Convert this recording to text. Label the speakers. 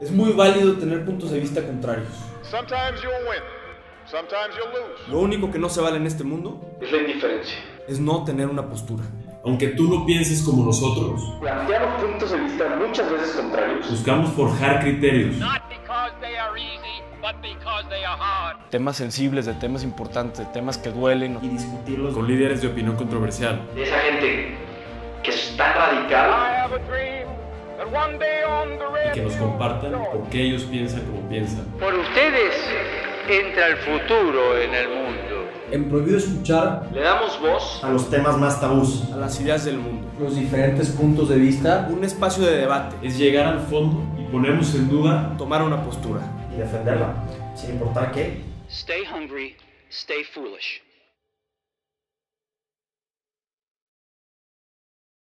Speaker 1: Es muy válido tener puntos de vista contrarios.
Speaker 2: Sometimes you'll win, sometimes you'll lose.
Speaker 1: Lo único que no se vale en este mundo
Speaker 3: es la indiferencia.
Speaker 1: es no tener una postura.
Speaker 4: Aunque tú no pienses como nosotros,
Speaker 3: Planteamos puntos de vista muchas veces contrarios.
Speaker 4: buscamos forjar criterios.
Speaker 5: not because they are easy, but because they are hard.
Speaker 6: temas sensibles, de temas importantes, de temas que duelen.
Speaker 7: y discutirlos.
Speaker 4: Con líderes de opinión controversial.
Speaker 3: De esa gente que es tan radical
Speaker 2: I have a dream that one day on the
Speaker 4: Y que nos compartan por qué ellos piensan como piensan.
Speaker 8: Por ustedes entra el futuro en el mundo.
Speaker 7: En prohibido escuchar
Speaker 3: le damos voz
Speaker 7: a los temas más tabús.
Speaker 1: A las ideas del mundo.
Speaker 7: Los diferentes puntos de vista
Speaker 1: Un espacio de debate.
Speaker 4: Es llegar al fondo y ponemos en duda
Speaker 1: Tomar una postura.
Speaker 7: y defenderla, sin importar qué.
Speaker 8: Stay hungry, stay foolish.